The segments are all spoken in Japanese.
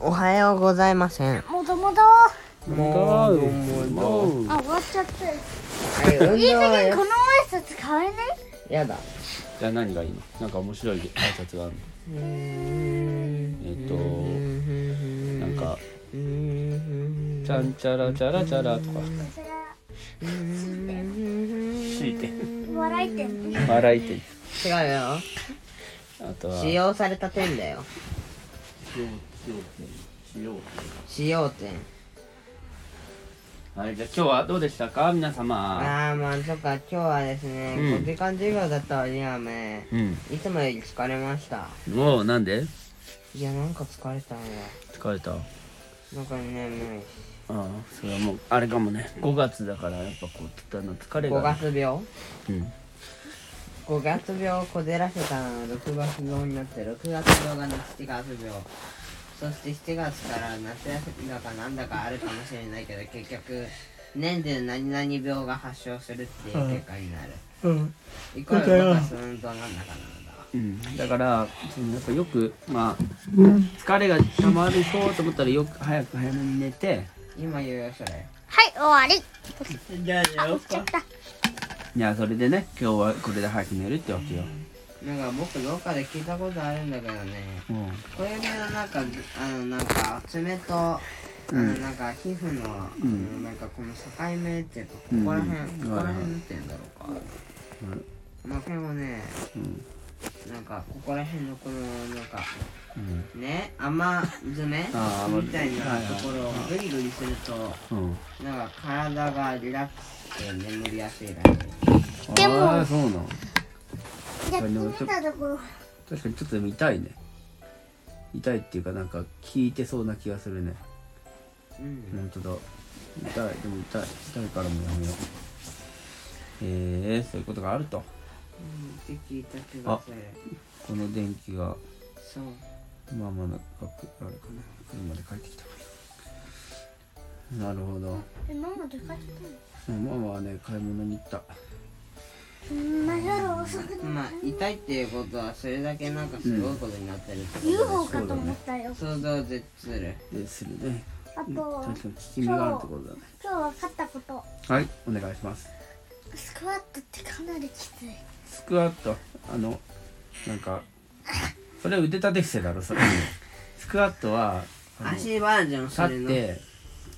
はございません。はもともともうもうあ終わっちゃったよい、運動いい加は減やこの挨拶変えねやだ。じゃあ何がいいのなんか面白い挨拶があるのうーんえっ、うとんなんかうーん「ちゃんちゃらちゃらちゃら」とかそれは「しいて」笑い点ね「笑いて違うよ。」あとは使用された点だよ。しよう使用点。はいじゃあ今日はどうでしたか皆様ああ、まあ、そっか、今日はですね、うん5時間授業だったわりにはね、うんいつもより疲れました。もうなんでいや、なんか疲れたんだ。疲れたあなんか眠いし。あそれはもうあれかもね5月だからやっぱこうあの疲れが5月病うん、 5月病をこじらせたのは6月病になって6月病が7月病そして7月から夏休みだかなんだかあるかもしれないけど結局年中何々病が発症するっていう結果になるうんイコール5月運動なんだかなんだかうん、だからそのやっぱよくまあ疲れがたまりそうと思ったらよく早く早めに寝て今言うよそれはい終わりじゃあよちゃったいやそれでね今日はこれで早く寝るってわけよ、なんか僕どっかで聞いたことあるんだけどねうん、小指のなんかあのなんか爪と、あのなんか皮膚の、あのなんかこの境目っていうかここら辺、うんここら辺になってんだろうか、うんこの辺はねうんなんかここら辺のこのなんかうんね甘爪あーみたいなはいはいところをグリグリするとうんなんか体がリラックスして眠りやすいらしいでもあーそうなのやってみたところ確かにちょっと痛いね痛いっていうかなんか効いてそうな気がするねうん本当だ痛いでも痛い痛いからもうやめようえー、そういうことがあるとって聞いた気がするこの電気がそうまあまだ学あれかな車で帰ってきたからなるほどえママ出かけたのママはね買い物に行ったうんまあ夜遅くなまあ痛いっていうことはそれだけなんかすごいことになってるってことでしょ UFO かと思ったよ想像を絶するでするねあとは確かに効き目があるってことだね今日分かったことはいお願いしますスクワットってかなりきついスクワットあのなんかそれ腕立て伏せだ ろそれスクワットはあの足バージョンそれ立っのて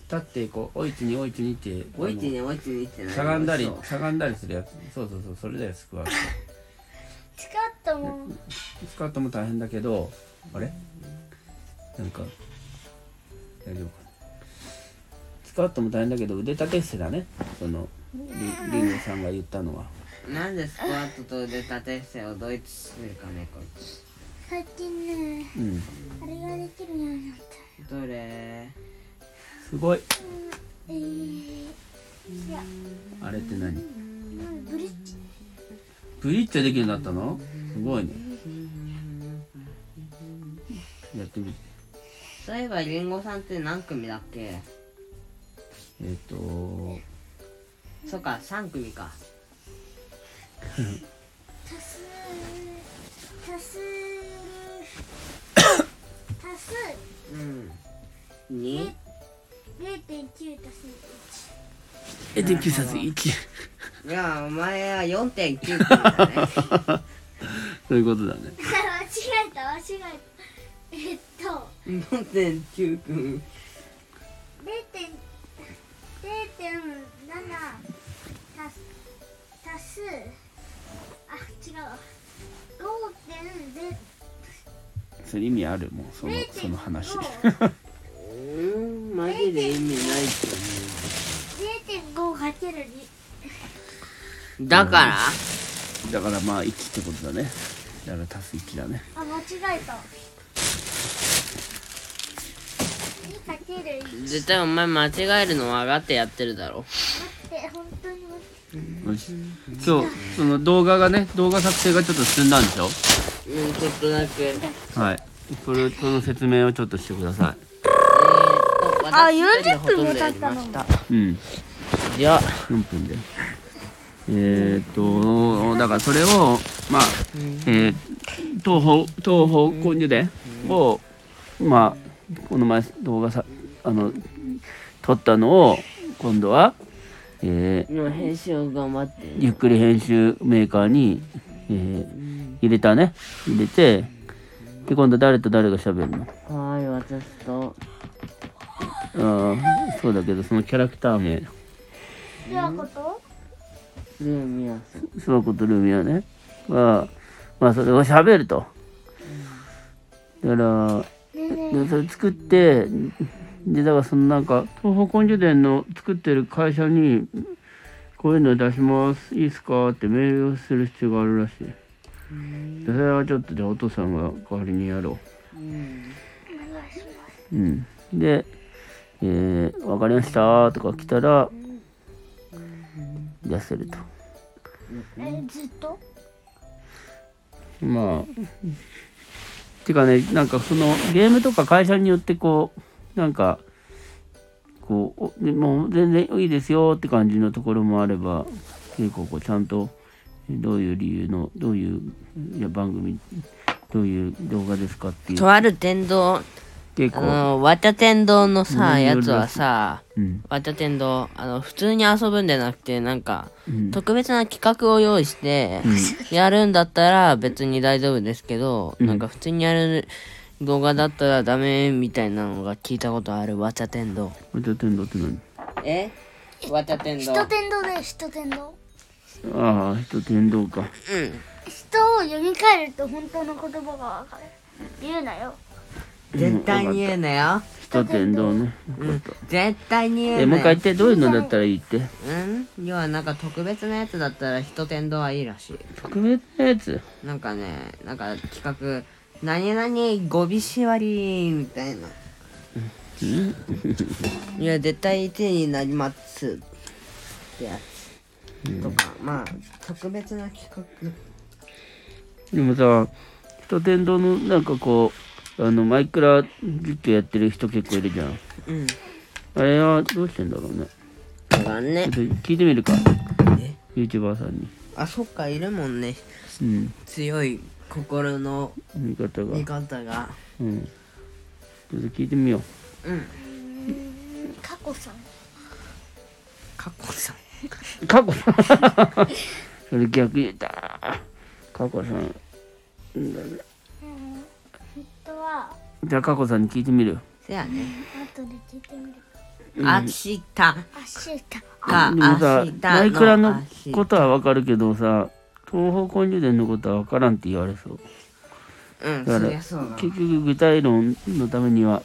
立ってこうおいちにおいちにっておいちにおいちにってなあのいしゃがんだりそうしゃがんだりするやつそうそうそうそれだよスクワットスクワットもスカートも大変だけどあれなんか大丈夫かなスカートも大変だけど腕立て伏せだねそのりりんごさんが言ったのはなんでスクワットと腕立て伏せを同一するかねこいつ最近ねうんあれができるようになったどれすごいえー、いやあれって何うんブリッジブリッジできるようになったのすごいねやってみてそういえばりんごさんって何組だっけえっ、とそっか3組か足す足す足すうんえ2 0.9足すえで9冊1いやお前は4.9組だ ねそういうことだね1間違えた間違えたえっと4.9組0.0.7足す足すあ違うわ5.0それ意味あるもうその0.5その話うーんマジで意味ないと思0.5かけるうだから だからまあ1ってことだねだから足す1だね2あ間違えた2かける1待絶対お前間違えるの分かってやってるだろって本当に待ってよしそうその動画がね動画作成がちょっと進んだんでしょうんちょっとだけえーっはいそれその説明をちょっとしてくださとあ私一人で40ほとんど分も経やっりたまのしたいうんじゃあ4分でえー、っとだからそれをまあえー、東方東方根樹伝をまあこの前動画さあの撮ったのを今度は、えの編集を頑張ってーゆっくり編集メーカーに、えー入れたね入れてで今度誰と誰が喋るのかわいい私とああそうだけどそのキャラクター名ではことルーミヤさん諏訪子とルミはねはまあそれを喋るとだからねえねでそれ作ってでだからそのなんか東方根樹伝の作ってる会社にこういうの出しますいいっすかってメールをする必要があるらしいでそれはちょっとじゃあお父さんが代わりにやろうんえお願いしまううんで「えー、わかりました」とか来たら出せるとすえずっとまあてかねなんかそのゲームとか会社によってこうなんかこうおもう全然いいですよって感じのところもあれば結構こうちゃんとどういう理由のどういういや番組どういう動画ですかっていうとある天堂結あ構、の和田天堂のさ何や色つはさうん和田天堂あの普通に遊ぶんじゃなくてなんかうん、特別な企画を用意してやるんだったら別に大丈夫ですけど、うんなんか普通にやる動画だったらダメみたいなのが聞いたことある和田天堂お茶天堂って何えわたてんど人天堂だよ人天堂ああ人天堂か人を読み替えると本当の言葉がわかる言うなよ絶対に言うなよ人天堂ねよかっ絶対にた言えうもなうよ一回言ってどういうのだったらいいってうん要はなんか特別なやつだったら人天堂はいいらし特別なやついなんかねなんか企画何々語尾縛りみたいないや絶対手になりますってやつとかまあ特別な企画でもさ、人天堂のなんかこう、あの、マイクラずっとやってる人結構いるじゃん。うんあれはどうしてんだろうね。だからちょねっと聞いてみるか。YouTuber さんに。あそっかいるもんねうん。強い心の見方見が。方がうん。ちょっと聞いてみよう。うん過去さんかっこさん過去さん。それ逆言った。過去さん。うん人はじゃあ過去さんに聞いてみる。せやね後で聞いてみる明日かあシータでもさ明日、マイクラのの明こ日とはわかるけどさ、東方根樹伝のことはわからんって言われそう。うんだそからりゃそうだ結局具体論のためには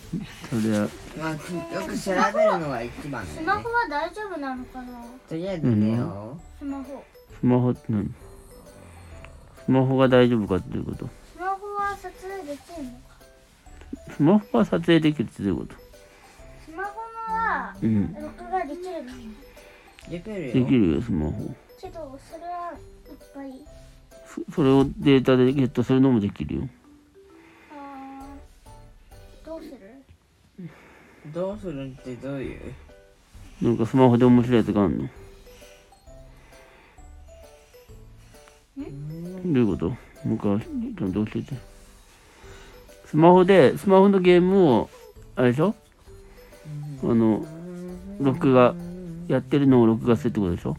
それはまあ結局調べるのが一番スだマよねホは大丈夫なのかなとりあえず寝よスマホスマホって何スマホが大丈夫かっていうことスマホは撮影できるのかスマホは撮影できるってどういうことスマホのはうん録画できるのうできるでよきるよスマホけどそれはいっぱいそそれをデータでゲットするのもできるよあーどうするどうするってどういうなんかスマホで面白いやつがあるのどういうこともう一回ちゃんと教えてスマホでスマホのゲームをあれでしょあの録画やってるのを録画するってことでしょ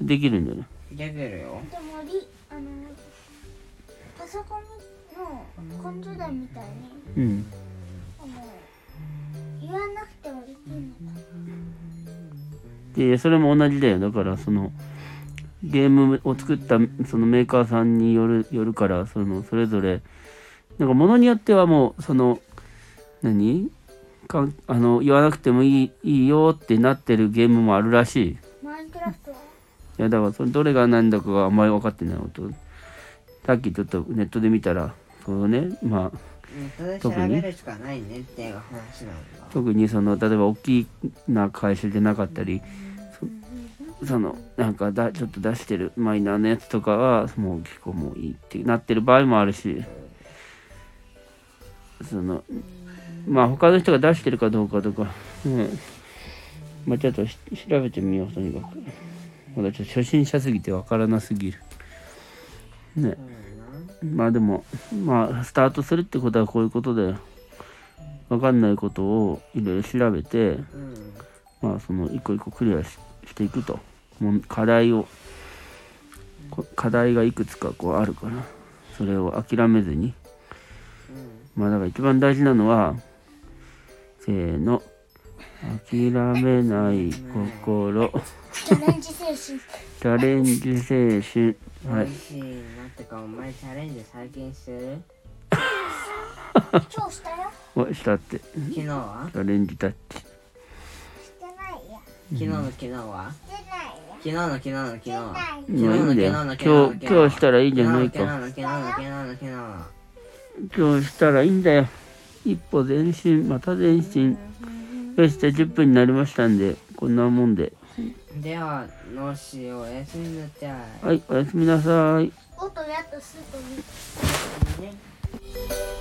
できるんじゃないできるよでもりあのパソコンのコント台みたいにうんあの言わなくてもできるのかでそれも同じだよだからそのゲームを作ったそのメーカーさんによるよるからそのそれぞれなんかものによってはもうその何かんあの言わなくてもいいいいよってなってるゲームもあるらしいいマインクラフトはやだからそれどれが何だかがあんまり分かってないことさっきちょっとネットで見たらそのねまあネットで調べるしかないねっていう話なんだ特にその例えば大きな会社じゃなかったりそそのなんかだちょっと出してるマイナーなやつとかはもう結構もういいってなってる場合もあるしそのまあ他の人が出してるかどうかとか、うん、まあちょっとし調べてみようとにかくまだちょっと初心者すぎてわからなすぎるねまあでもまあスタートするってことはこういうことだよわかんないことをいろいろ調べて、うんまあ、その一個一個クリアししていくともん課題をこ課題がいくつかこうあるからそれを諦めずにうんまあだから一番大事なのはせーの諦めない心チャレンジ精神。チャレンジ精神はい美味しいなってかお前チャレンジ最近してる今日したよ。をしたってチ昨日はャレンジタッチしてないや。昨日の昨日はしてないや。昨日の昨日の昨日はないや。まあいいん昨だよ日の今昨日日の今日したらいいじゃない昨日かの昨日の昨日の昨日の今日したらいいんだよ一歩前進また前進よしじゃあ10分になりましたんでこんなもんでではのっしーおやすみなさいはいおやすみなさいおとやっとすぐに。ね